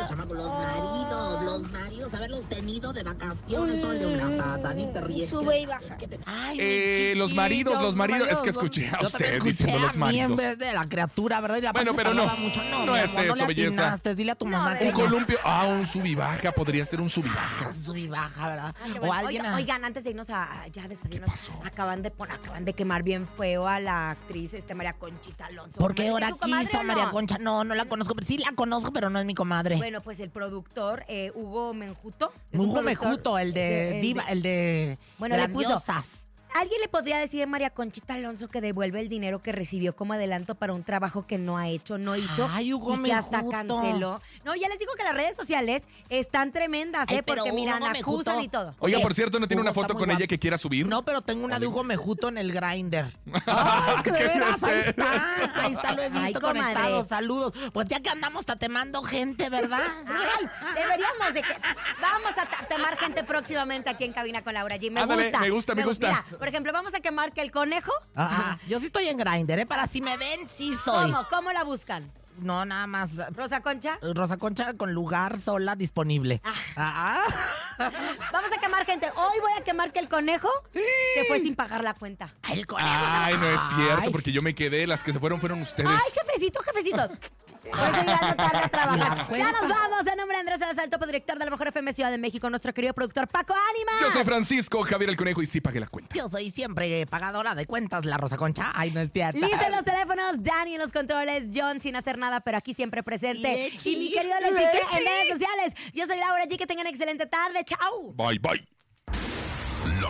Speaker 2: Mm,
Speaker 13: sube y baja.
Speaker 3: Ay,
Speaker 4: Eh,
Speaker 3: mis
Speaker 4: los maridos,
Speaker 3: chiquillos,
Speaker 4: los maridos. Es que
Speaker 3: son-
Speaker 4: escuché a
Speaker 3: Yo también
Speaker 4: usted
Speaker 3: escuché
Speaker 4: diciendo los
Speaker 3: a mí en
Speaker 4: maridos.
Speaker 3: vez de la criatura, ¿verdad? Y la
Speaker 4: Bueno,
Speaker 3: parte
Speaker 4: pero
Speaker 3: se
Speaker 4: no.
Speaker 3: hablaba mucho. No,
Speaker 4: No
Speaker 3: mi
Speaker 4: es
Speaker 3: amor,
Speaker 4: eso,
Speaker 3: no le
Speaker 4: belleza.
Speaker 3: atinaste. Dile a tu
Speaker 2: No,
Speaker 3: mamá que
Speaker 4: Un
Speaker 2: bebé.
Speaker 3: no.
Speaker 4: columpio. Ah, un subibaja. Podría ser un subibaja.
Speaker 3: Subibaja, ¿verdad?
Speaker 2: Ah, qué
Speaker 3: O
Speaker 2: bueno.
Speaker 3: alguien.
Speaker 2: Oiga-
Speaker 3: a-
Speaker 2: Oigan, antes de irnos a, a- ya a despedirnos,
Speaker 4: ¿Qué pasó?
Speaker 2: acaban de poner, acaban de quemar bien feo a la actriz este María Conchita Alonso.
Speaker 3: ¿Por qué
Speaker 2: ¿Es
Speaker 3: ahora
Speaker 2: su comadre
Speaker 3: quiso
Speaker 2: o no?
Speaker 3: María Concha? No, no la conozco. pero Sí la conozco, pero no es mi comadre.
Speaker 2: Bueno, pues el productor eh, Hugo Menjuto. es un
Speaker 3: Hugo
Speaker 2: productor
Speaker 3: Mejuto, el de
Speaker 2: el
Speaker 3: Diva, el de
Speaker 2: Bueno, le puso-
Speaker 3: Grandiosas.
Speaker 2: ¿Alguien le podría decir a María Conchita Alonso que devuelve el dinero que recibió como adelanto para un trabajo que no ha hecho, no hizo?
Speaker 3: Ay, Hugo
Speaker 2: y que
Speaker 3: Mejuto.
Speaker 2: hasta canceló. No, ya les digo que las redes sociales están tremendas,
Speaker 3: Ay,
Speaker 2: ¿eh?
Speaker 3: pero
Speaker 2: Porque
Speaker 3: Hugo
Speaker 2: miran,
Speaker 3: Mejuto.
Speaker 2: acusan y todo.
Speaker 4: Oiga,
Speaker 3: Oye,
Speaker 4: por cierto, ¿no tiene
Speaker 3: Hugo
Speaker 4: una
Speaker 3: está
Speaker 4: foto
Speaker 3: muy
Speaker 4: con ella
Speaker 3: guapo.
Speaker 4: que quiera subir?
Speaker 3: No, pero tengo una de Hugo Mejuto en el grinder. Ay, que de
Speaker 4: ¿Qué
Speaker 3: veras, ahí
Speaker 4: es
Speaker 3: está, ahí está, lo he
Speaker 2: Ay,
Speaker 3: visto
Speaker 2: comadre.
Speaker 3: conectado, saludos. Pues ya que andamos tatemando gente, ¿verdad?
Speaker 2: Ay, deberíamos de que vamos a ta- quemar gente próximamente aquí en cabina con Laura G. Me
Speaker 4: Ándale,
Speaker 2: gusta.
Speaker 4: me gusta, me gusta.
Speaker 2: Mira, por ejemplo, vamos a quemar que el conejo.
Speaker 3: Ah, yo sí estoy en grinder, ¿eh? Para si me ven, sí soy.
Speaker 2: ¿Cómo? ¿Cómo la buscan?
Speaker 3: No, nada más.
Speaker 2: Rosa Concha.
Speaker 3: Rosa Concha con lugar sola disponible. Ah, ah.
Speaker 2: Vamos a quemar gente. Hoy voy a quemar que el conejo se fue sin pagar la cuenta.
Speaker 3: Ay, el conejo.
Speaker 4: Ay, no es
Speaker 3: Ay.
Speaker 4: cierto, porque yo me quedé. Las que se fueron fueron ustedes.
Speaker 2: Ay, jefecito, jefecito. Pues Por eso llegando tarde a trabajar.
Speaker 3: La
Speaker 2: Ya nos
Speaker 3: cuenta.
Speaker 2: vamos. En nombre de Andrés Salto, director de la Mejor FM Ciudad de México, nuestro querido productor Paco Ánima.
Speaker 4: Yo soy Francisco Javier el Conejo y sí pagué la cuenta.
Speaker 3: Yo soy siempre pagadora de cuentas, la Rosa Concha. Ay, no es cierto.
Speaker 2: Listo en los teléfonos, Dani en los controles, John sin hacer nada, pero aquí siempre presente.
Speaker 3: Lechi,
Speaker 2: y mi querido Lechique
Speaker 3: Lechi.
Speaker 2: en redes sociales. Yo soy Laura G, que tengan excelente tarde. ¡Chao!
Speaker 4: Bye, bye.
Speaker 1: La